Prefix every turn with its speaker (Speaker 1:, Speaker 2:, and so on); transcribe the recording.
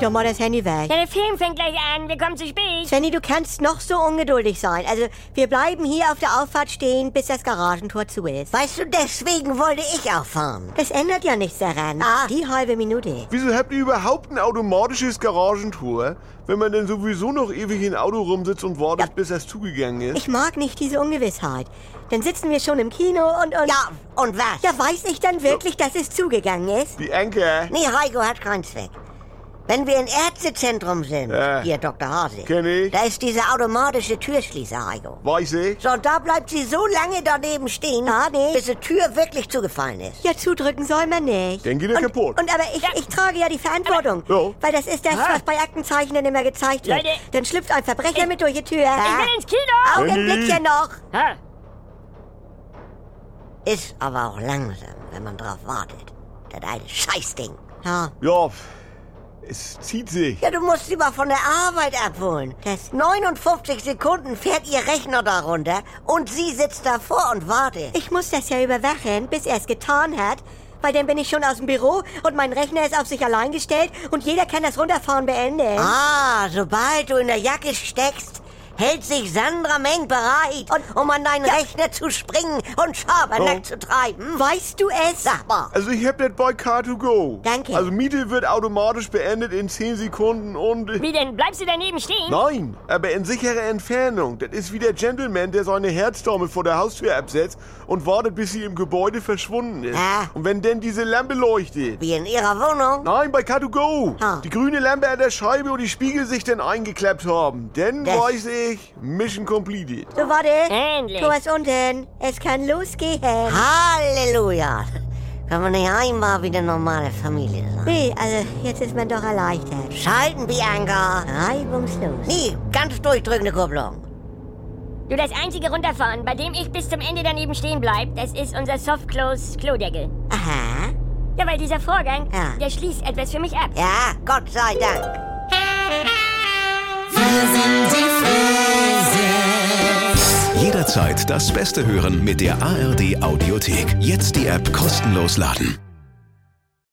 Speaker 1: doch mal das Handy weg.
Speaker 2: Ja, der Film fängt gleich an. Wir kommen zu spät.
Speaker 1: Svenny, du kannst noch so ungeduldig sein. Also, wir bleiben hier auf der Auffahrt stehen, bis das Garagentor zu ist.
Speaker 3: Weißt du, deswegen wollte ich auffahren.
Speaker 1: Das ändert ja nichts daran.
Speaker 3: Ah.
Speaker 1: Die halbe Minute.
Speaker 4: Wieso habt ihr überhaupt ein automatisches Garagentor, wenn man denn sowieso noch ewig im Auto rumsitzt und wartet, bis das zugegangen ist?
Speaker 1: Ich mag nicht diese Ungewissheit. Dann sitzen wir schon im Kino und... und
Speaker 3: Ja, und was?
Speaker 1: Ja, weiß ich dann wirklich, dass es zugegangen ist?
Speaker 4: Die Anker,
Speaker 3: Nee, Heiko hat keinen Zweck. Wenn wir im Ärztezentrum sind,
Speaker 4: Ja.
Speaker 3: hier Dr. Hase,
Speaker 4: Kenn ich.
Speaker 3: da ist dieser automatische Türschließer, Heiko.
Speaker 4: weiß ich.
Speaker 3: So, und da bleibt sie so lange daneben stehen,
Speaker 1: Ah, nee.
Speaker 3: bis die Tür wirklich zugefallen ist.
Speaker 1: Ja, zudrücken soll man nicht.
Speaker 4: Dann geht er
Speaker 1: und,
Speaker 4: kaputt.
Speaker 1: Und aber ich, ich trage ja die Verantwortung.
Speaker 4: Ja.
Speaker 1: Weil das ist das,
Speaker 3: Ah.
Speaker 1: was bei Aktenzeichnen immer gezeigt wird.
Speaker 2: Leute.
Speaker 1: Dann schlüpft ein Verbrecher mit durch die Tür. Äh,
Speaker 2: Ich
Speaker 3: Ah.
Speaker 2: will ins Kino.
Speaker 1: Augenblickchen noch.
Speaker 2: Ha.
Speaker 3: Ist aber auch langsam, wenn man drauf wartet. Das alte Scheißding.
Speaker 1: Ja,
Speaker 4: Ja, pf, es zieht sich.
Speaker 3: Ja, du musst sie mal von der Arbeit abholen.
Speaker 1: das...
Speaker 3: 59 Sekunden fährt ihr Rechner da runter und sie sitzt davor und wartet.
Speaker 1: Ich muss das ja überwachen, bis er es getan hat. Weil dann bin ich schon aus dem Büro und mein Rechner ist auf sich allein gestellt und jeder kann das Runterfahren beenden.
Speaker 3: Ah, sobald du in der Jacke steckst, hält sich Sandra Meng bereit, um an deinen Rechner zu springen und Schabernack
Speaker 4: Oh.
Speaker 3: zu treiben.
Speaker 1: Weißt du es?
Speaker 3: Sag mal.
Speaker 4: Also ich hab das bei Car2Go.
Speaker 1: Danke.
Speaker 4: Also Miete wird automatisch beendet in 10 Sekunden und...
Speaker 2: Wie denn? Bleibst du daneben stehen?
Speaker 4: Nein, aber in sicherer Entfernung. Das ist wie der Gentleman, der seine Herzdame vor der Haustür absetzt und wartet, bis sie im Gebäude verschwunden ist.
Speaker 3: Ah.
Speaker 4: Und wenn denn diese Lampe leuchtet.
Speaker 3: Wie in ihrer Wohnung.
Speaker 4: Nein, bei Car2Go.
Speaker 3: Ah.
Speaker 4: Die grüne Lampe an der Scheibe und die Spiegel sich dann eingeklappt haben. Denn
Speaker 3: Das-
Speaker 4: weiß ich, Mission completed.
Speaker 1: So, warte.
Speaker 2: Endlich.
Speaker 1: Du ist unten. Es kann losgehen.
Speaker 3: Halleluja. Kann man nicht einmal wieder normale Familie sein.
Speaker 1: Nee, also jetzt ist man doch erleichtert.
Speaker 3: Schalten, Bianca.
Speaker 1: Reibungslos.
Speaker 3: Nee, ganz durchdrückende Kupplung.
Speaker 2: Du, das einzige Runterfahren, bei dem ich bis zum Ende daneben stehen bleib, das ist unser Softclose-Klodeckel.
Speaker 3: Aha.
Speaker 2: Ja, weil dieser Vorgang,
Speaker 3: Ja.
Speaker 2: der schließt etwas für mich ab.
Speaker 3: Ja, Gott sei Dank.
Speaker 5: Jederzeit das Beste hören mit der ARD Audiothek. Jetzt die App kostenlos laden.